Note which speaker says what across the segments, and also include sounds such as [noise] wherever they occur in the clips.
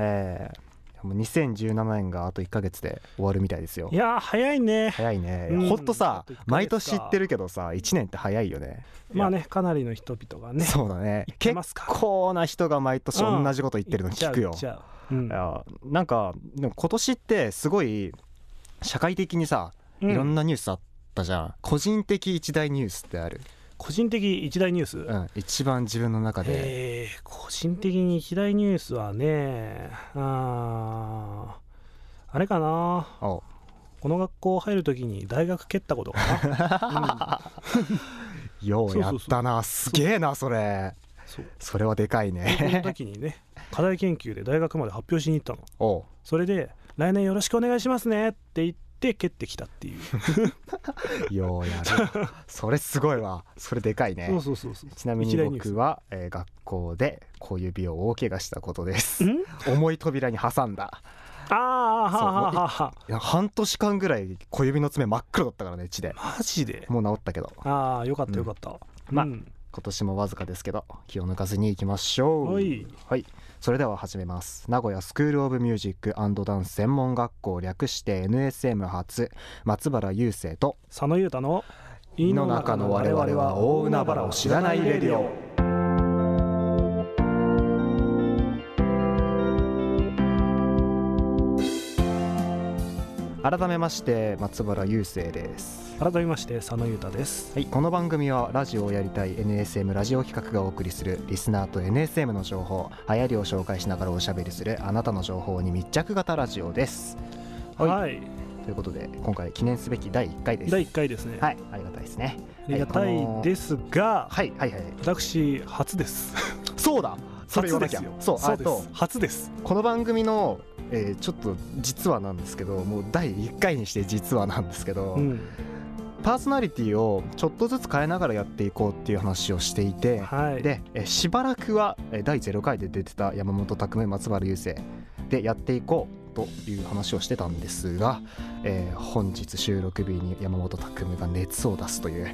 Speaker 1: えー、もう2017年があと1か月で終わるみたいですよ
Speaker 2: いやー早いね
Speaker 1: 早いね、
Speaker 2: うん
Speaker 1: ほんとさ
Speaker 2: あと一ヶ月か
Speaker 1: 毎年言ってるけどさ1年って早いよね
Speaker 2: まあねかなりの人々がね
Speaker 1: そうだね
Speaker 2: いけま
Speaker 1: 結
Speaker 2: すか
Speaker 1: 構な人が毎年同じこと言ってるの聞くよ
Speaker 2: 行っちゃう行っ
Speaker 1: い
Speaker 2: ちゃう
Speaker 1: やなんかでも今年ってすごい社会的にさい
Speaker 2: うん
Speaker 1: ろん
Speaker 2: な
Speaker 1: なニュースあったじゃん、個人的一大ニュースってある、
Speaker 2: 個人的一大ニュース、
Speaker 1: うん、一番自分の中で
Speaker 2: えー個人的に一大ニュースはねあーあれかな
Speaker 1: お
Speaker 2: この学校入るときに大学蹴ったことか
Speaker 1: [laughs]
Speaker 2: な、うん
Speaker 1: ようやったなすげえなそれ
Speaker 2: そう
Speaker 1: それはでかい
Speaker 2: その
Speaker 1: ね
Speaker 2: 時にね課題研究で大学まで発表しに行ったの
Speaker 1: おう
Speaker 2: それで「来年よろしくお願いしますね」って言って蹴ってきたっていう
Speaker 1: ようやるそれすごいわそれでかいね
Speaker 2: そうそうそうそう
Speaker 1: ちなみ
Speaker 2: 一
Speaker 1: に
Speaker 2: 大ニュース
Speaker 1: 僕は、えー学校で小指を大怪我したことです
Speaker 2: ん
Speaker 1: 重い扉に挟んだ
Speaker 2: ああはあはあはあはい
Speaker 1: や半年間ぐらい小指の爪真っ黒だったからね血で
Speaker 2: あマジで
Speaker 1: もう治ったけど
Speaker 2: ああよかったよかった、
Speaker 1: まあ
Speaker 2: うん
Speaker 1: 今年もわずかですけど気を抜かずにいきましょう
Speaker 2: はい
Speaker 1: それでは始めます名古屋スクール・オブ・ミュージックダンス専門学校略して NSM 初松原雄生と
Speaker 2: 佐野裕太の「
Speaker 1: 井の中の我々は大海原を知らないレディオ」改めまして松原雄生です
Speaker 2: 改めまして佐野裕太です
Speaker 1: はい、この番組はラジオをやりたい NSM ラジオ企画がお送りするリスナーと NSM の情報流行りを紹介しながらおしゃべりするあなたの情報に密着型ラジオです。
Speaker 2: はい、
Speaker 1: い、ということで今回記念すべき第1回です。
Speaker 2: 第1回ですね、
Speaker 1: はい、ありがたいですね。
Speaker 2: ありがたいですが、
Speaker 1: はいはいはい。
Speaker 2: 私初です
Speaker 1: そうだ [laughs] それ言わ
Speaker 2: 初
Speaker 1: なき
Speaker 2: です
Speaker 1: ゃ
Speaker 2: よ。
Speaker 1: そうあ
Speaker 2: で
Speaker 1: と
Speaker 2: す初です
Speaker 1: この番組の、えーちょっと実はなんですけどもう第1回にして実はなんですけど、
Speaker 2: うん
Speaker 1: パーソナリティをちょっとずつ変えながらやっていこうっていう話をしていて。
Speaker 2: はい
Speaker 1: でえーしばらくはえー第0回で出てた山本拓夢松原雄生でやっていこうという話をしてたんですが、えー本日収録日に山本拓夢が熱を出すという、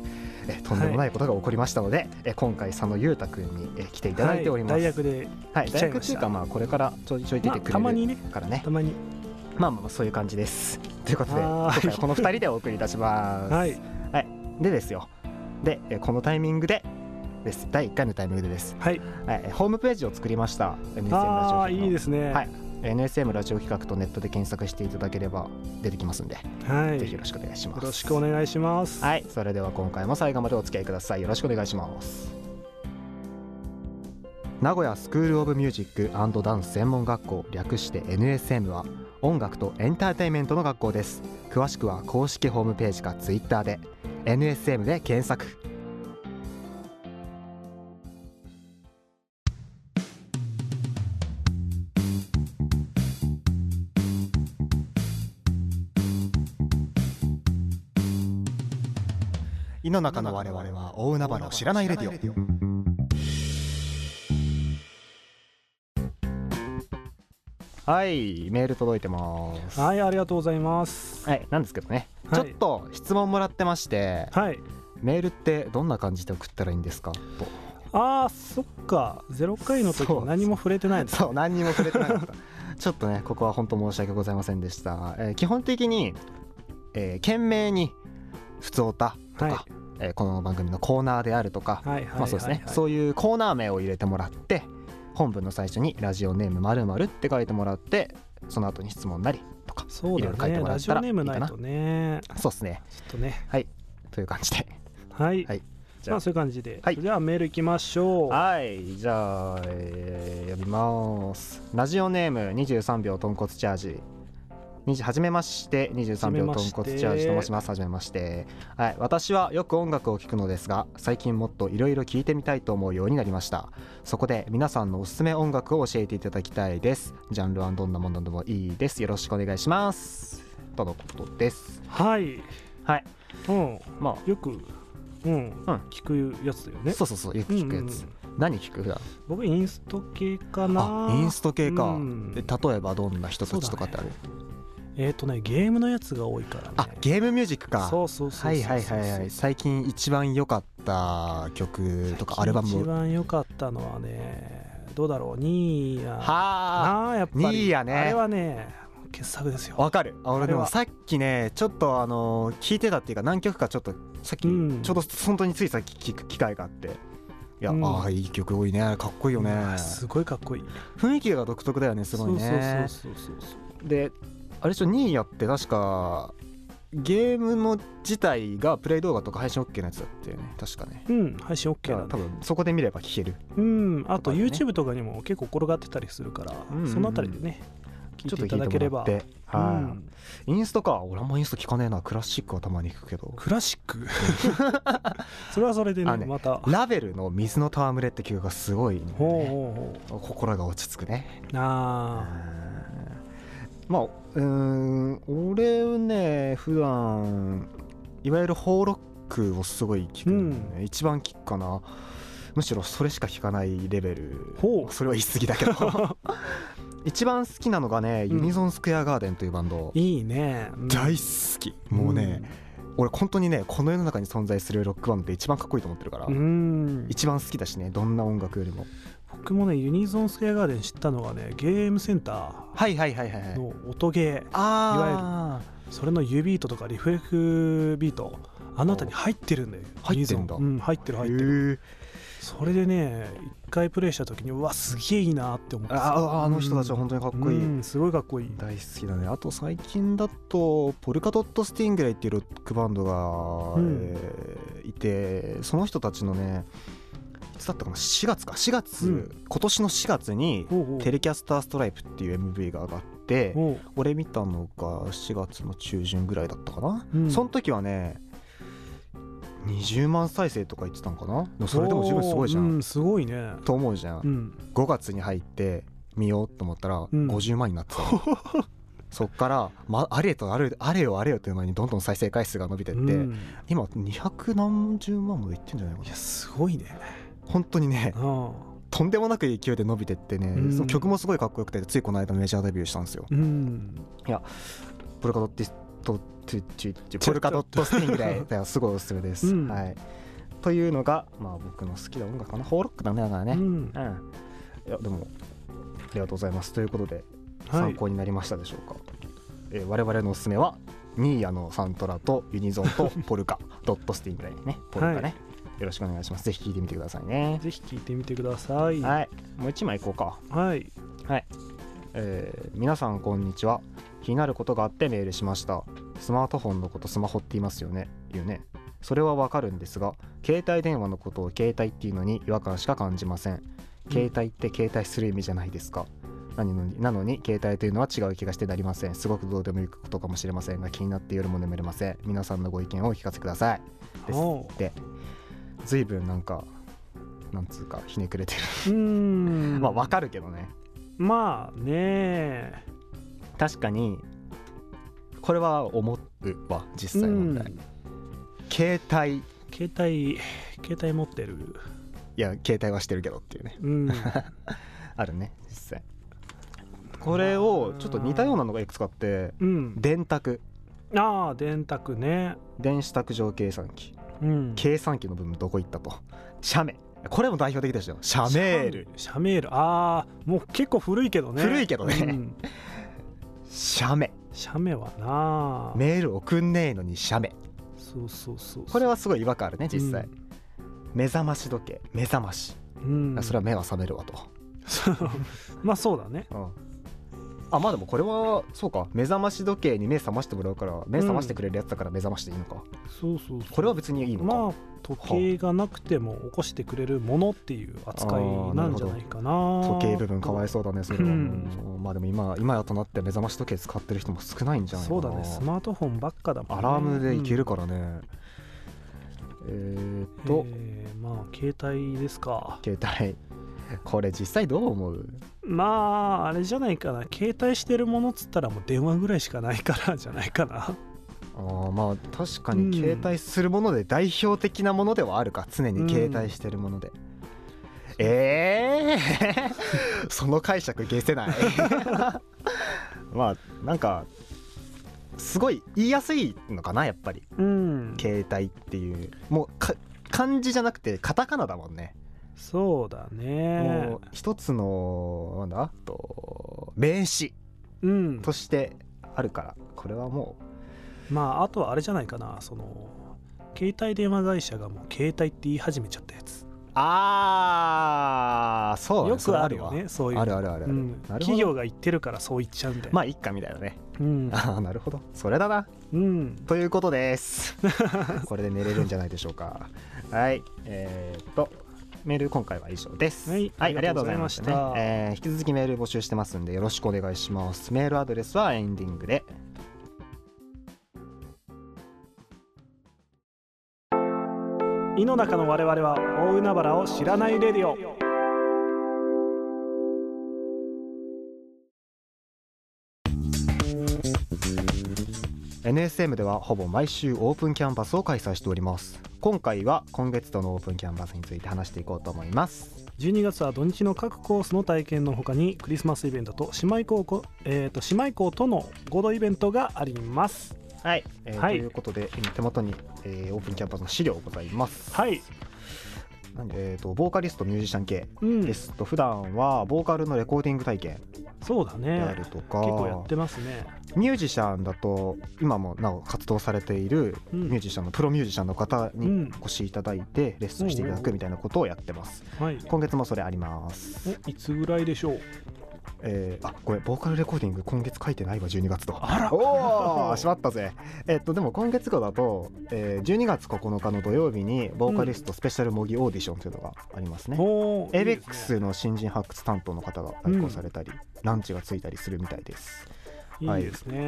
Speaker 1: えーとんでもないことが起こりましたので、えー今回佐野裕太君にえー来ていただいております。
Speaker 2: はい、大学で
Speaker 1: はい、
Speaker 2: 来ち
Speaker 1: 大
Speaker 2: ゃ
Speaker 1: 学
Speaker 2: いま
Speaker 1: って
Speaker 2: し
Speaker 1: いう
Speaker 2: た
Speaker 1: かまあこれからちょいちょい出てくれる
Speaker 2: まあたまにね
Speaker 1: からね
Speaker 2: たまに
Speaker 1: まあまあまあそういう感じです。ということで今
Speaker 2: はーい
Speaker 1: 回はこの2人でお送りいたします。
Speaker 2: はい
Speaker 1: でですよでえーこのタイミングでです第1回のタイミングでです
Speaker 2: はい
Speaker 1: はい、えーホームページを作りました NSM ラジオ
Speaker 2: ああ
Speaker 1: 企画の
Speaker 2: いいですね
Speaker 1: はい NSM ラジオ企画とネットで検索していただければ出てきますんで、
Speaker 2: はい
Speaker 1: ぜひよ
Speaker 2: よ
Speaker 1: ろしくお願いします
Speaker 2: ろしくお願いします
Speaker 1: はいそれでは今回も最後までお付き合いくださいよろしくお願いします名古屋スクール・オブ・ミュージックダンス専門学校略して NSM は音楽とエンターテインメントの学校です詳しくは公式ホームページか Twitter で NSM で検索井の中の我々は大海原を知らないレディオはいメール届いてます
Speaker 2: はいありがとうございます
Speaker 1: はいなんですけどね、
Speaker 2: は
Speaker 1: ち
Speaker 2: い
Speaker 1: ょっと質問もらってまして
Speaker 2: はい
Speaker 1: メールってどんな感じで送ったらいいんですかと
Speaker 2: あーそっか0回の時
Speaker 1: そう
Speaker 2: 何も触れてないです
Speaker 1: そう何にも触れてなかった [laughs] ちょっとねここは本当申し訳ございませんでした、えー基本的に、えー懸命に「ふつおた」とか、
Speaker 2: は
Speaker 1: えーこの番組のコーナーであるとか、
Speaker 2: いはいはいはい
Speaker 1: まあそうですね、
Speaker 2: はい
Speaker 1: そういうコーナー名を入れてもらって本文の最初に「ラジオネーム〇〇って書いてもらってその後に質問なりとか
Speaker 2: そう
Speaker 1: いろ
Speaker 2: だ
Speaker 1: いろ書いて
Speaker 2: ね
Speaker 1: もら
Speaker 2: ラ
Speaker 1: っ
Speaker 2: ジ
Speaker 1: た
Speaker 2: オ
Speaker 1: ら
Speaker 2: ネームないとね
Speaker 1: そうですね
Speaker 2: ちょっとね
Speaker 1: という感じで
Speaker 2: はい、
Speaker 1: はいじゃあ
Speaker 2: まあそういう感じで、
Speaker 1: はい
Speaker 2: じゃあメールいきましょう
Speaker 1: はいじゃあ、えー、呼びますラジオネーム23秒豚骨チャージ20はじめまして23秒豚骨チャージと申しますはじめましてはい私はよく音楽を聴くのですが最近もっといろいろ聴いてみたいと思うようになりましたそこで皆さんのおすすめ音楽を教えていただきたいですジャンルはどんなものでもいいですよろしくお願いしますとのことです
Speaker 2: はい
Speaker 1: はい
Speaker 2: うん
Speaker 1: ま
Speaker 2: よくうん、聞くやつだよ
Speaker 1: あ
Speaker 2: ね
Speaker 1: そうそうそうよく聞くやつ、
Speaker 2: うんうん
Speaker 1: 何聞く普段
Speaker 2: うん僕インスト系かな
Speaker 1: あインスト系か、
Speaker 2: うん
Speaker 1: で例えばどんな人たちとかってある、
Speaker 2: えっ、とねゲームのやつが多いからね
Speaker 1: あゲームミュージックか
Speaker 2: そうそうそうそうそう
Speaker 1: はいはいはいはい最近一番良かった曲とかアルバム
Speaker 2: 一
Speaker 1: を
Speaker 2: 番良かったのはねどうだろうニーヤ
Speaker 1: はあ
Speaker 2: なあやっぱり
Speaker 1: ニーヤね
Speaker 2: あれはね傑作ですよ
Speaker 1: わかるあ
Speaker 2: あ
Speaker 1: 俺
Speaker 2: れ
Speaker 1: で
Speaker 2: は
Speaker 1: もさっきねちょっとあのー聞いてたっていうか何曲かちょっとさっき、
Speaker 2: うん
Speaker 1: ちょうど本当についさっき聞く機会があっていや、
Speaker 2: うん
Speaker 1: ああいい曲多いねかっこいいよね、
Speaker 2: うんすごいかっこいい
Speaker 1: 雰囲気が独特だよねすごいね
Speaker 2: そうそうそうそうそう
Speaker 1: であれでしょニーヤって確かゲームの自体がプレイ動画とか配信 OK のやつだってね確かね
Speaker 2: うん配信 OK
Speaker 1: だから
Speaker 2: なん
Speaker 1: 多
Speaker 2: だ
Speaker 1: 分そこで見れば聴ける
Speaker 2: うんあ
Speaker 1: と
Speaker 2: と
Speaker 1: かね
Speaker 2: YouTube とかにも結構転がってたりするから、
Speaker 1: うんうんうん
Speaker 2: そのあたりでね聞
Speaker 1: ちょっ
Speaker 2: い
Speaker 1: てと
Speaker 2: いただければ
Speaker 1: 聞いても
Speaker 2: う
Speaker 1: らってはい、
Speaker 2: ん、
Speaker 1: インストか俺あんまインスト聞かねえなクラシックはたまに聞くけど
Speaker 2: クラシック [laughs] それはそれでね
Speaker 1: あね
Speaker 2: またほう
Speaker 1: ラベルの「水の戯れ」って曲がすごい、ね、
Speaker 2: ほうほ
Speaker 1: 心が落ち着くね
Speaker 2: うあ
Speaker 1: うんまあうーん俺ね普段いわゆるホーロックをすごい聞くのね、一番聞くかなむしろそれしか聞かないレベル
Speaker 2: ほう
Speaker 1: それは言い過ぎだけ [laughs] ど一番好きなのがね、
Speaker 2: うん
Speaker 1: ユニゾンスクエアガーデンというバンド
Speaker 2: ーいいね、うん
Speaker 1: 大好きもうね、、俺本当にねこの世の中に存在するロックバンドって一番かっこいいと思ってるから、
Speaker 2: うんうん
Speaker 1: 一番好きだしねどんな音楽よりも
Speaker 2: 僕もねユニゾンスクエアガーデン知ったのがねゲームセンタ
Speaker 1: はいはいはいはいは
Speaker 2: ー
Speaker 1: い
Speaker 2: の音ゲー
Speaker 1: あ
Speaker 2: い
Speaker 1: わ
Speaker 2: それの湯ビートとかリフレクビートあの辺りに入ってるんだよ
Speaker 1: 入ってんだ
Speaker 2: ユニゾンうん入ってる入ってる
Speaker 1: る
Speaker 2: それでね一回プレイした時にうわすげえいいなって思ってさ
Speaker 1: ああの人たちは本当にかっこいい、
Speaker 2: うんすごいかっこいい
Speaker 1: 大好きだねあと最近だとポルカドット・スティングレイっていうロックバンドが、
Speaker 2: うん
Speaker 1: えーいてその人たちのねいつだったかな4月か4月、
Speaker 2: うん
Speaker 1: 今年の4月に
Speaker 2: おうおう
Speaker 1: 「テレキャスター・ストライプ」っていう MV が上がって
Speaker 2: おう
Speaker 1: 俺見たのが4月の中旬ぐらいだったかな、
Speaker 2: うん
Speaker 1: その時はね20万再生とか言ってたのかなでもそれでも十分すごいじゃ
Speaker 2: おー
Speaker 1: ん、
Speaker 2: うすごいね
Speaker 1: と思うじゃん、
Speaker 2: うん
Speaker 1: 5月に入って見ようと思ったら
Speaker 2: うん
Speaker 1: 50万になってた
Speaker 2: [laughs]
Speaker 1: の、そっから、ま、あれとあるあれよあれよという間にどんどん再生回数が伸びてって、
Speaker 2: うん
Speaker 1: 今200何十万までいってんじゃないか
Speaker 2: い
Speaker 1: な
Speaker 2: やすごいね
Speaker 1: 本当にね
Speaker 2: あ
Speaker 1: とんでもなく勢いで伸びてってね、
Speaker 2: うん
Speaker 1: その曲もすごいかっこよくてついこの間メジャーデビューしたんですよ、
Speaker 2: うん
Speaker 1: ポルカドッティストトゥチュチュポルカドットスティングレイだよすごいおすすめです、
Speaker 2: うん
Speaker 1: はいというのがまあ僕の好きな音楽かなホーロックだねだからね、
Speaker 2: うん
Speaker 1: うんいやでもありがとうございますということで
Speaker 2: は
Speaker 1: 参
Speaker 2: い
Speaker 1: 考になりましたでしょうか、えー我々のおすすめはニーヤのサントラとユニゾンとポルカドットスティングレイねポルカね、
Speaker 2: はい
Speaker 1: よろしくお願いしますぜひ聴いてみてくださいね
Speaker 2: ぜひ聞いてみてください
Speaker 1: はいもう一枚いこうか、
Speaker 2: はい
Speaker 1: えー皆さんこんにちは気になることがあってメールしましたスマートフォンのことスマホって言いますよね言うねそれはわかるんですが携帯電話のことを携帯っていうのに違和感しか感じません携帯って携帯する意味じゃないですか、何のになのに携帯というのは違う気がしてなりませんすごくどうでもいいことかもしれませんが気になって夜も眠れません皆さんのご意見をお聞かせくださいです
Speaker 2: おう
Speaker 1: で随分なんかなんつうかひねくれてる、
Speaker 2: うーん
Speaker 1: まあわかるけどね
Speaker 2: まあね
Speaker 1: 確かにこれは思うわ実際問題、
Speaker 2: うん
Speaker 1: 携帯い
Speaker 2: 携帯携帯持ってる
Speaker 1: や携帯はしてるけどっていうね
Speaker 2: うん
Speaker 1: あるね実際これをちょっと似たようなのがいくつかあって
Speaker 2: うん
Speaker 1: 電卓
Speaker 2: ああ電卓ね
Speaker 1: 電子卓上計算機
Speaker 2: うん
Speaker 1: 計算機の部分どこ行ったと写メこれも代表的でしょ写メール
Speaker 2: シャメールああもう結構古いけどね
Speaker 1: 古いけどね
Speaker 2: うん
Speaker 1: 写メ
Speaker 2: シャメはなあ
Speaker 1: メール送んねえのに写メ
Speaker 2: そうそうそうそう
Speaker 1: これはすごい違和感あるね実際、目覚まし時計目覚まし、
Speaker 2: うん、うん
Speaker 1: それは目は覚めるわと、
Speaker 2: そう [laughs] まあそうだね
Speaker 1: うんあまあでもこれはそうか目覚まし時計に目覚ましてもらうから目覚ましてくれるやつだから目覚ましていいのか、
Speaker 2: そうそうそう
Speaker 1: これは別にいいのか、
Speaker 2: まあ時計がなくても起こしてくれるものっていう扱いなんじゃないかな
Speaker 1: 時計部分かわい
Speaker 2: そ
Speaker 1: そうだねそれは
Speaker 2: うん
Speaker 1: もうまあでも今今やとなって目覚まし時計使ってる人も少ないんじゃないか
Speaker 2: そ
Speaker 1: な
Speaker 2: うだねスマートフォンばっかだもん、ね、
Speaker 1: アラームでいける
Speaker 2: か
Speaker 1: からね、えーっ
Speaker 2: と
Speaker 1: と、
Speaker 2: えーまあ携帯ですか
Speaker 1: 携帯これ実際どう思う
Speaker 2: まああれじゃないかな携帯してるものっつったらもう電話ぐらいしかないからじゃないかな
Speaker 1: あーまあ確か
Speaker 2: うん
Speaker 1: に携帯するもので代表的なものではあるか常
Speaker 2: うん
Speaker 1: に携帯してるもので、ええ [laughs] その解釈消せない [laughs] まあなんかすごい言いやすいのかなやっぱり
Speaker 2: うん
Speaker 1: 携帯っていうもうか漢字じゃなくてカタカナだもんね
Speaker 2: そうだね
Speaker 1: もう一つのなんだと名詞
Speaker 2: うん
Speaker 1: としてあるからこれはも
Speaker 2: まああとはあれじゃないかなその携帯電話会社がもう携帯って言い始めちゃったやつ
Speaker 1: うああそうだね
Speaker 2: よ
Speaker 1: そ
Speaker 2: く
Speaker 1: れ
Speaker 2: あるよねそういう
Speaker 1: あるあるあるある、
Speaker 2: うん
Speaker 1: なるほ
Speaker 2: 企
Speaker 1: ど
Speaker 2: 業が言ってるからそう言っちゃうんだよ、
Speaker 1: まあ一家みたいなね [laughs]
Speaker 2: うん
Speaker 1: ああなるほどそれだな
Speaker 2: うん、
Speaker 1: ということです [laughs] これで寝れるんじゃないでしょうかはいえーっとメール今回は以上です
Speaker 2: はい
Speaker 1: ありがとうございました,、ね
Speaker 2: ありがとうございま
Speaker 1: えー引き続きメール募集してますんでよろしくお願いしますメールアドレスはエンディングで
Speaker 2: 井の中の我々は大海原を知らないレディオ
Speaker 1: うん NSM ではほぼ毎週オープンキャンパスを開催しております今回は今月度のオープンキャンパスについて話していこうと思います
Speaker 2: 12月は土日の各コースの体験のほかにクリスマスイベントと姉妹校こ、えー、と姉妹校との合同イベントがあります
Speaker 1: はい、えー
Speaker 2: はい
Speaker 1: ということで今手元に、えーオープンキャンパスの資料ございます
Speaker 2: はい
Speaker 1: なんでえー、とボーカリストミュージシャン系
Speaker 2: うん
Speaker 1: ですと普段はボーカルのレコーディング体験
Speaker 2: そうだ
Speaker 1: で
Speaker 2: ね
Speaker 1: あるとか、
Speaker 2: 結構やってますね
Speaker 1: ミュージシャンだと今もなお活動されている
Speaker 2: うん
Speaker 1: ミュージシャンのプロミュージシャンの方
Speaker 2: う
Speaker 1: に
Speaker 2: ん
Speaker 1: お越しいただいてレッスンしていただくみたいなことをやってます
Speaker 2: はい
Speaker 1: 今月もそれあります
Speaker 2: おいつぐらいでしょう
Speaker 1: えーあごめんボーカルレコーディング今月書いてないわ12月と
Speaker 2: あら
Speaker 1: おーしまったぜえっとでも今月号だと、えー12月9日の土曜日にボーカリストスペシャル模擬オーディションというのがありますね、
Speaker 2: おー
Speaker 1: エイベ
Speaker 2: いい
Speaker 1: ッ
Speaker 2: で
Speaker 1: ク
Speaker 2: すね
Speaker 1: スの新人発掘担当の方が
Speaker 2: うん
Speaker 1: 代行されたり、ランチがついたりするみたいです。
Speaker 2: いいですね、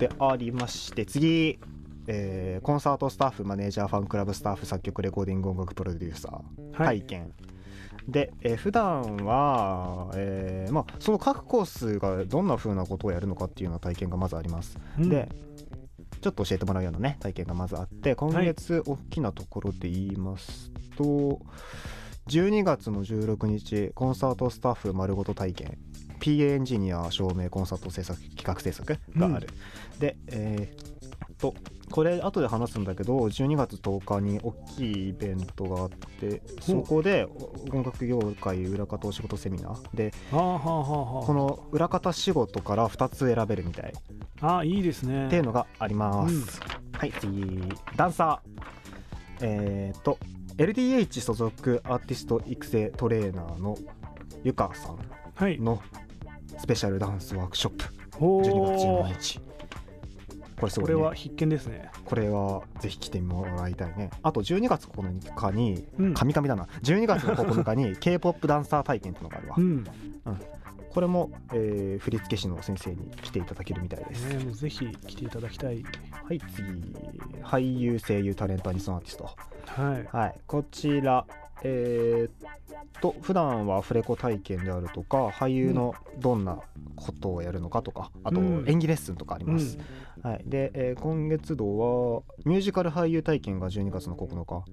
Speaker 1: でありまして次、えーコンサートスタッフマネージャーファンクラブスタッフ作曲レコーディング音楽プロデューサー体験、で、えー普段は、えーまあ、その各コースがどんな風なことをやるのかっていうような体験がまずあります。
Speaker 2: うん
Speaker 1: でちょっと教えてもらうようなね体験がまずあって今月大きなところで言いますと、12月の16日コンサートスタッフ丸ごと体験 PA エンジニア照明コンサート制作企画制作がある、でえーっとこれ後で話すんだけど12月10日に大きいイベントがあってそこで音楽業界裏方お仕事セミナーで
Speaker 2: はあはあはあはあ
Speaker 1: この裏方仕事から2つ選べるみたい
Speaker 2: あいいですね
Speaker 1: っていうのがあります、はい次ダンサーえっ、と LDH 所属アーティスト育成トレーナーのゆかさん
Speaker 2: はい
Speaker 1: のスペシャルダンスワークショップ
Speaker 2: お
Speaker 1: 12月
Speaker 2: ー
Speaker 1: 17日これすご
Speaker 2: こ
Speaker 1: い、ね、
Speaker 2: れ
Speaker 1: これ
Speaker 2: は
Speaker 1: は
Speaker 2: 必見ですね
Speaker 1: ぜひ来てもらいたいねあと12月9日に
Speaker 2: うん
Speaker 1: 神々だな12月の9日
Speaker 2: [laughs]
Speaker 1: に k p o p ダンサー体験ってのがあるわ
Speaker 2: うんね
Speaker 1: これも、えー振付師の先生に来ていただけるみたいです
Speaker 2: もうぜひ来ていただきたい
Speaker 1: はい次俳優声優タレントアニソンアーティスト
Speaker 2: はい
Speaker 1: はい、こちら、えーっと、普段はアフレコ体験であるとか、俳優のどんなことをやるのかとか、あと
Speaker 2: うん
Speaker 1: 演技レッスンとかあります。はい、で、えー今月度はミュージカル俳優体験が12月の9日、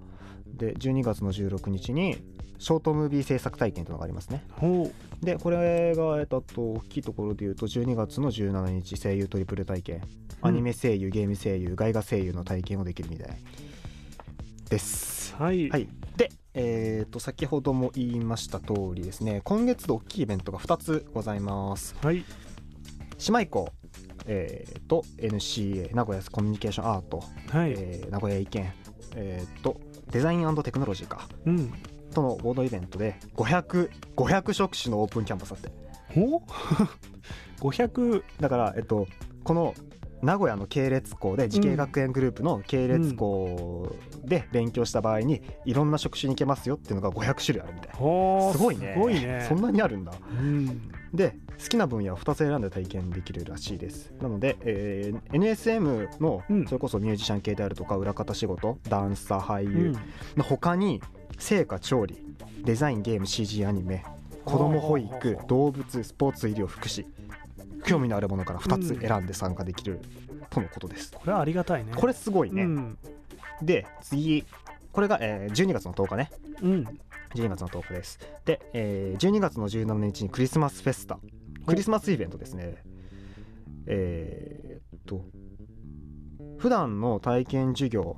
Speaker 1: で、12月の16日にショートムービー制作体験というのがありますね。
Speaker 2: うん、お
Speaker 1: で、これが、えーっと、あと大きいところで言うと、12月の17日、声優トリプル体験、アニメ声優、ゲーム声優、外画声優の体験をできるみたいです。
Speaker 2: はい、
Speaker 1: はい、で、えー、と先ほども言いました通りですね今月度大きいイベントが2つございます
Speaker 2: はい
Speaker 1: 姉妹校、えー、と NCA 名古屋コミュニケーションアート、
Speaker 2: はい
Speaker 1: えー名古屋意見、えー、とデザインテクノロジーか
Speaker 2: うん
Speaker 1: との合同イベントで500 500職種のオープンキャンパスだって
Speaker 2: [laughs] お500
Speaker 1: だから、えっと、この名古屋の系列校で慈恵学園グループの系列校で勉強した場合にいろんな職種に行けますよっていうのが500種類あるみたい
Speaker 2: おー
Speaker 1: すごいね
Speaker 2: すごいね
Speaker 1: そんなにあるんだ
Speaker 2: うん
Speaker 1: で好きな分野を2つ選んで体験できるらしいですなので、えー NSM の
Speaker 2: うん
Speaker 1: それこそミュージシャン系であるとか裏方仕事ダンサー俳
Speaker 2: う
Speaker 1: 優
Speaker 2: ん
Speaker 1: の他に成果調理デザインゲーム CG アニメ子ども保育動物スポーツ医療福祉興味のあるものから2つ選んで参加できるとのことです、
Speaker 2: これはありがたいね
Speaker 1: これすごいね、
Speaker 2: うん
Speaker 1: で次これが、えー12月の10日ね
Speaker 2: うん
Speaker 1: 12月の10日ですで、えー12月の17日にクリスマスフェスタクリスマスイベントですねえーっと普段の体験授業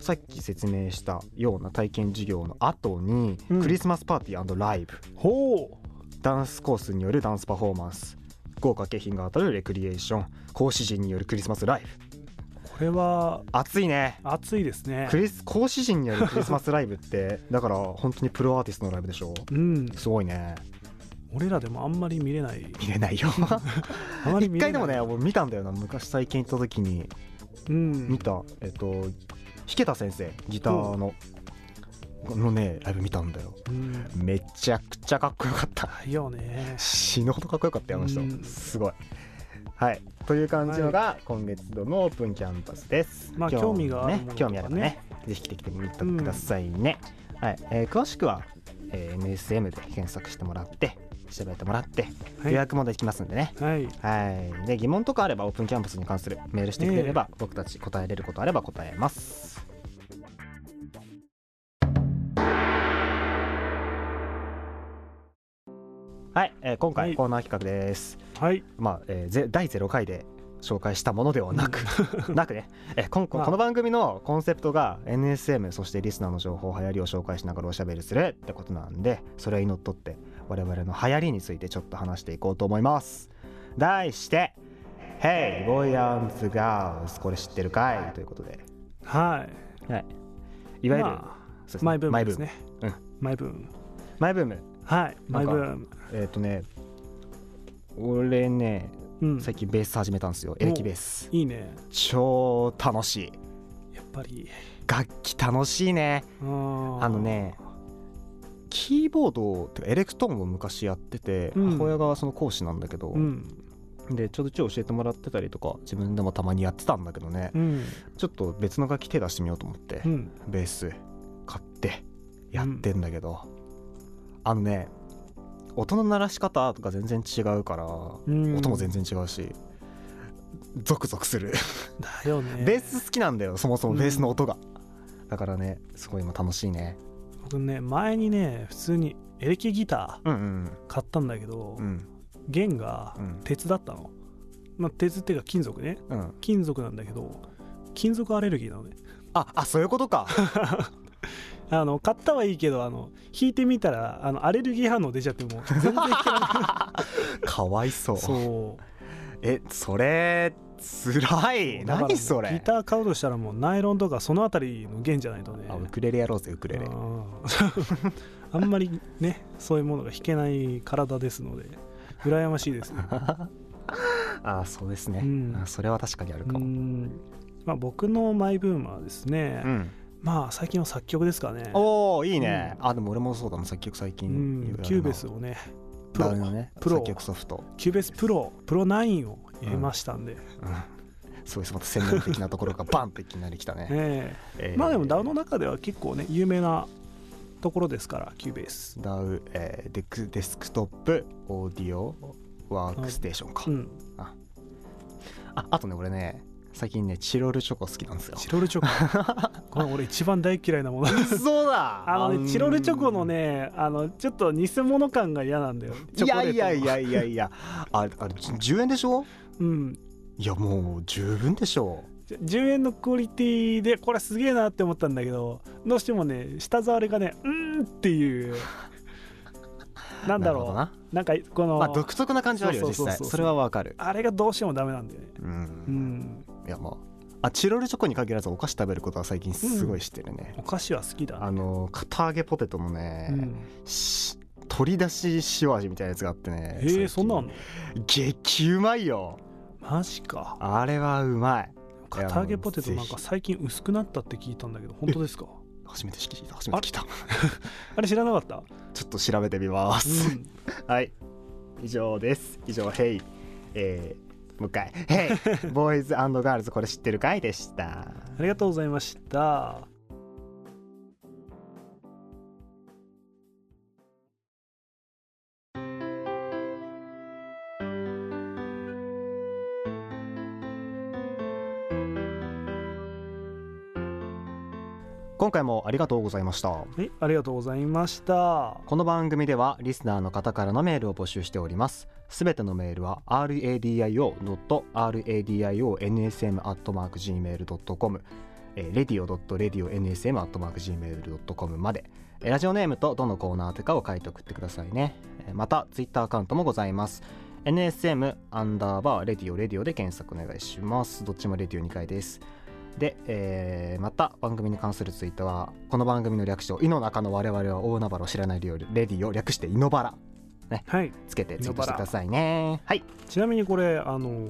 Speaker 1: さっき説明したような体験授業の後に、
Speaker 2: うん
Speaker 1: クリスマスパーティーライブ
Speaker 2: ほ
Speaker 1: ダンスコースによるダンスパフォーマンス豪華景品が当たるレクリエーション講師陣によるクリスマスライブ
Speaker 2: うこれは
Speaker 1: 熱いね
Speaker 2: 熱いですね
Speaker 1: クリス講師陣によるクリスマスライブってだから本当にプロアーティストのライブでしょ
Speaker 2: うん
Speaker 1: すごいね
Speaker 2: 俺らでもあんまり見れない
Speaker 1: 見れないよ
Speaker 2: あまり
Speaker 1: 一
Speaker 2: 見れない
Speaker 1: 回でもね俺見たんだよな昔最近行った時に
Speaker 2: うん
Speaker 1: 見たえっと弾けた先生ギターの、のねライブ見たんだよ
Speaker 2: うん
Speaker 1: めちゃくちゃかっこよかった
Speaker 2: いいよね
Speaker 1: 死ぬほどかっこよかったよあの人、
Speaker 2: うん
Speaker 1: すごいはいという感じのが今月度のオープンキャンパスです、
Speaker 2: まあ興味があるものとか
Speaker 1: 興
Speaker 2: ね
Speaker 1: 味あればねぜひ来てきてみてくださいね、はい、えー詳しくは、えー NSM で検索してもらって調べてもらって
Speaker 2: は
Speaker 1: 予
Speaker 2: い、
Speaker 1: 約もできますんでね、
Speaker 2: はい、
Speaker 1: はい、で疑問とかあればオープンキャンパスに関するメールしてくれれば、僕たち答えれることあれば答えます。はい、えー今
Speaker 2: は
Speaker 1: 回
Speaker 2: い
Speaker 1: コーナー企画です。
Speaker 2: はい、
Speaker 1: まあ、えーぜ第0回で紹介したものでは
Speaker 2: [laughs]
Speaker 1: なく、なくね、えー今こ
Speaker 2: まあ
Speaker 1: この番組のコンセプトが NSM そしてリスナーの情報流行りを紹介しながらおしゃべりするってことなんでそれにのっとって我々の流行りについてちょっと話していこうと思います題して「Hey Boy and Girls これ知ってるかい?」ということで
Speaker 2: はい
Speaker 1: いわゆる、
Speaker 2: ま
Speaker 1: そうです
Speaker 2: あ、マイブー
Speaker 1: マイ
Speaker 2: ム
Speaker 1: ブ
Speaker 2: で
Speaker 1: ー
Speaker 2: す
Speaker 1: ムう
Speaker 2: ね
Speaker 1: ん
Speaker 2: マイブーム
Speaker 1: マイブーム
Speaker 2: はいマイブーム
Speaker 1: えっ、とね俺ね
Speaker 2: うん
Speaker 1: 最近ベース始めたんですよ、エレキベース
Speaker 2: いいね
Speaker 1: 超楽しい
Speaker 2: やっぱり
Speaker 1: 楽器楽しいね
Speaker 2: あー
Speaker 1: あのねキーボードてかエレクトーンを昔やってて、
Speaker 2: うん
Speaker 1: 母親がその講師なんだけど、
Speaker 2: うん
Speaker 1: でちょうどちょい教えてもらってたりとか自分でもたまにやってたんだけどね、
Speaker 2: うん
Speaker 1: ちょっと別の楽器手出してみようと思って、
Speaker 2: うん
Speaker 1: ベース買ってやってんだけど、あのね音の鳴らし方とか全然違うから、
Speaker 2: うん
Speaker 1: 音も全然違うしゾクゾクする、
Speaker 2: だよね
Speaker 1: ベース好きなんだよそもそも
Speaker 2: うん
Speaker 1: ベースの音が、だからねすごい今楽しいね
Speaker 2: 僕ね前にね普通にエレキギタ
Speaker 1: うんうん
Speaker 2: ー買ったんだけど、
Speaker 1: うん
Speaker 2: 弦が
Speaker 1: うん
Speaker 2: 鉄だったの、まあ、鉄っていうか金属ね
Speaker 1: うん
Speaker 2: 金属なんだけど金属アレルギーなのね
Speaker 1: ああそういうこと
Speaker 2: [laughs]
Speaker 1: か
Speaker 2: あの買ったはいいけどあの弾いてみたらあのアレルギー反応出ちゃっても
Speaker 1: [laughs]
Speaker 2: う全然弾けな
Speaker 1: かわいそう
Speaker 2: いそ
Speaker 1: えそれつら
Speaker 2: う
Speaker 1: い
Speaker 2: だから
Speaker 1: 何それ
Speaker 2: ギター買うとしたらもうナイロンとかそのあたりの弦じゃないとね
Speaker 1: あウクレレやろうぜウクレレ
Speaker 2: うん [laughs] あんまりねそういうものが弾けない体ですので羨ましいですね
Speaker 1: あそうですね、
Speaker 2: うん
Speaker 1: あそれは確かにある
Speaker 2: う
Speaker 1: かも
Speaker 2: んまあ、僕のマイブームはですね、
Speaker 1: うん
Speaker 2: まあ最近の作曲ですかね
Speaker 1: おおいいね、あでも俺もそうだな作曲最
Speaker 2: う
Speaker 1: 近
Speaker 2: ん、キューベスをねプ
Speaker 1: プロ
Speaker 2: ロ
Speaker 1: のね
Speaker 2: プロ
Speaker 1: 作曲ソフト、
Speaker 2: キューベスプロプロ9を入れましたんで、
Speaker 1: うん、すごいまた専門的なところがバンっていきなりきた
Speaker 2: [laughs]
Speaker 1: ね、
Speaker 2: え
Speaker 1: え
Speaker 2: え
Speaker 1: ー
Speaker 2: まあでもダウの中では結構ね有名なところですからキューベース、
Speaker 1: ダウ、えーデクデスクトップオーディオワークステーションか、
Speaker 2: うん、
Speaker 1: ああとね俺ね最近ねチロルチョコ好きなんです
Speaker 2: [laughs]
Speaker 1: よ
Speaker 2: チロルチョ
Speaker 1: [laughs]
Speaker 2: コこれ俺一番大嫌いなもの
Speaker 1: そうだ
Speaker 2: あのね、
Speaker 1: うん
Speaker 2: チロルチョコのねあのちょっと偽物感が嫌なんだよチ
Speaker 1: い
Speaker 2: ョコ
Speaker 1: や
Speaker 2: レートの
Speaker 1: いやいやいやいやあれあれ10円でしょ
Speaker 2: うん
Speaker 1: いやもう十分でしょ
Speaker 2: じゃ10円のクオリティでこれすげえなって思ったんだけどどうしてもね舌触りがねうーんって
Speaker 1: [laughs]
Speaker 2: いうなんだ
Speaker 1: なる
Speaker 2: ろう
Speaker 1: ほど
Speaker 2: な
Speaker 1: なん
Speaker 2: かこの、
Speaker 1: まあ独特な感じはあるよ
Speaker 2: そう
Speaker 1: 実
Speaker 2: そうそう
Speaker 1: 際
Speaker 2: そう
Speaker 1: それはわかる
Speaker 2: あ、れがどうしてもダメなんだよね
Speaker 1: う、
Speaker 2: うんん
Speaker 1: いやまああチロルチョコに限らずお菓子食べることは最近すごいしてるね、
Speaker 2: お菓子は好きだ
Speaker 1: あの片揚げポテトのね、
Speaker 2: うん、
Speaker 1: し取り出し塩味みたいなやつがあってね
Speaker 2: えー、そんなの
Speaker 1: 激うまいよ
Speaker 2: マジか
Speaker 1: あれはうまい
Speaker 2: 片揚げポテトなん
Speaker 1: ぜ
Speaker 2: か
Speaker 1: ひ
Speaker 2: 最近薄くなったって聞いたんだけど本当ですか
Speaker 1: 初めて聞いた初めて聞いた
Speaker 2: あれ知らなかった、
Speaker 1: ちょっと調べてみます、
Speaker 2: うん
Speaker 1: はい、以上です。以上、ヘイ、えー、もう一回、ヘ
Speaker 2: [laughs]
Speaker 1: イ、ボーイズガールズ、これ知ってるかいでした。
Speaker 2: ありがとうございました
Speaker 1: 今回もありがとうございました。
Speaker 2: はいありがとうございました
Speaker 1: この番組ではリスナーの方からのメールを募集しております。すべてのメールは radio.radio.nsm.gmail.com えー、radio.radionsm.gmail.com まで、えーラジオネームとどのコーナーとかを書いて送ってくださいね、えーまたツイッターアカウントもございます NSM アンダーバーレディオレディオで検索お願いしますどっちもレディオ2回ですで、えーまた番組に関するツイートはこの番組の略称「井の中の我々は大海原を知らないレディオ」略して「井の原
Speaker 2: はい」
Speaker 1: つけてツイートしてくださいねはい
Speaker 2: ちなみにこれあの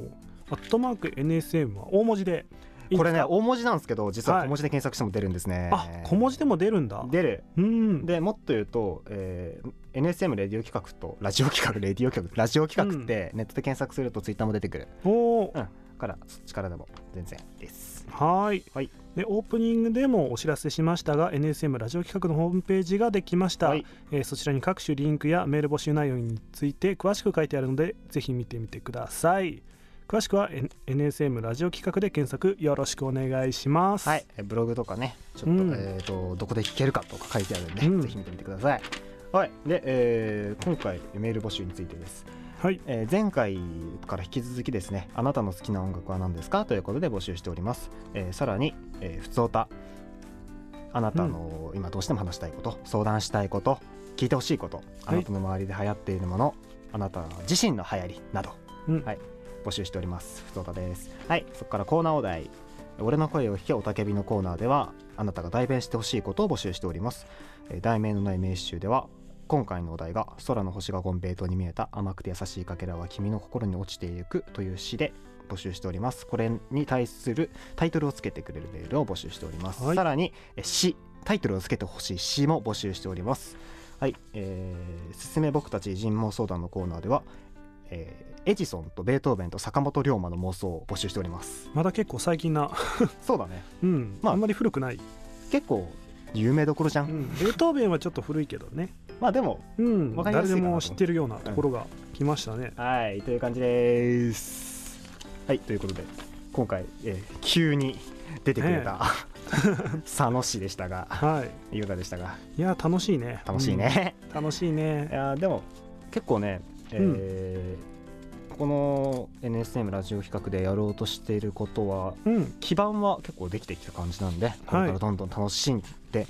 Speaker 2: アットマーク NSM は大文字で
Speaker 1: これね
Speaker 2: あ
Speaker 1: 大文字なんですけど実は
Speaker 2: はい
Speaker 1: 小文字で検索しても出るんですね、
Speaker 2: 小文字でも出るんだ
Speaker 1: 出る
Speaker 2: うん
Speaker 1: でもっと言うと、えー NSM レディオ企画とラジオ企画レディオ企画ラジオ企画ってネットで検索するとツイッターも出てくる
Speaker 2: おー
Speaker 1: だからそっちからでも全然です
Speaker 2: はーい
Speaker 1: はい
Speaker 2: でオープニングでもお知らせしましたが NSM ラジオ企画のホームページができました、
Speaker 1: はい
Speaker 2: えーそちらに各種リンクやメール募集内容について詳しく書いてあるのでぜひ見てみてください詳しくは、N- NSM ラジオ企画で検索よろしくお願いします
Speaker 1: はい、えブログとかねちょっと,、
Speaker 2: うん
Speaker 1: えー、とどこで聞けるかとか書いてあるんで、
Speaker 2: うん
Speaker 1: ぜひ見てみてくださいはいで、えー今回メール募集についてです
Speaker 2: はい
Speaker 1: えー前回から引き続きですねあなたの好きな音楽は何ですかということで募集しております、えーさらに、えー、ふつおたあなたの今どうしても話したいこと相談したいこと聞いてほしいことあなたの周りで流行っているもの、あなた自身の流行りなど
Speaker 2: うん
Speaker 1: はい募集しておりますふつおたですはいそこからコーナーお題俺の声を聞けおたけびのコーナーではあなたが代弁してほしいことを募集しております、えー題名のない名刺集では今回のお題が「空の星がゴンベイトに見えた甘くて優しいかけらは君の心に落ちていく」という詩で募集しておりますこれに対するタイトルをつけてくれるメールを募集しております、
Speaker 2: はい
Speaker 1: さらにえ詩タイトルをつけてほしい詩も募集しておりますはいえー、すすめ僕たち尋問相談のコーナーでは、えーエジソンとベートーベンと坂本龍馬の妄想を募集しております
Speaker 2: まだ結構最近な
Speaker 1: そうだね
Speaker 2: うん、
Speaker 1: まあ
Speaker 2: あんまり古くない、
Speaker 1: 結構有名どころじゃん、
Speaker 2: うん、
Speaker 1: [laughs]
Speaker 2: ベートーベンはちょっと古いけどね
Speaker 1: まあでも
Speaker 2: うん
Speaker 1: わかりや
Speaker 2: 誰
Speaker 1: すい
Speaker 2: で
Speaker 1: かな
Speaker 2: も知ってるようなところが来ましたね、
Speaker 1: はいという感じですはいということで今回、えー急に出てくれた、 [laughs] 佐野市でしたが
Speaker 2: はい
Speaker 1: いかがでしたが
Speaker 2: いや楽しいね
Speaker 1: 楽しい、ね、
Speaker 2: うん楽しいね
Speaker 1: いやーでも結構ね、えーこの NSM ラジオ企画でやろうとしていることは
Speaker 2: うん
Speaker 1: 基盤は結構できてきた感じなんでこれからどんどん楽しんで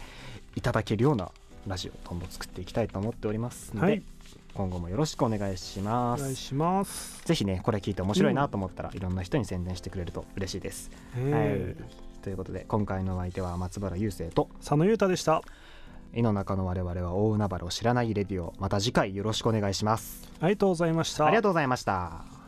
Speaker 1: いただけるようなラジオどんどん作っていきたいと思っておりますので、
Speaker 2: はい
Speaker 1: 今後もよろしくお願いしま
Speaker 2: お
Speaker 1: す。
Speaker 2: 願いします、
Speaker 1: ぜひねこれ聞いて面白いなと思ったら、いろんな人に宣伝してくれると嬉しいです。
Speaker 2: えー
Speaker 1: はい、ということで今回のお相手は松原雄生と
Speaker 2: 佐野裕太でした
Speaker 1: 井の中の我々は大海原を知らないレディオまた次回よろしくお願いします。
Speaker 2: ありがとうございました
Speaker 1: ありがとうございました。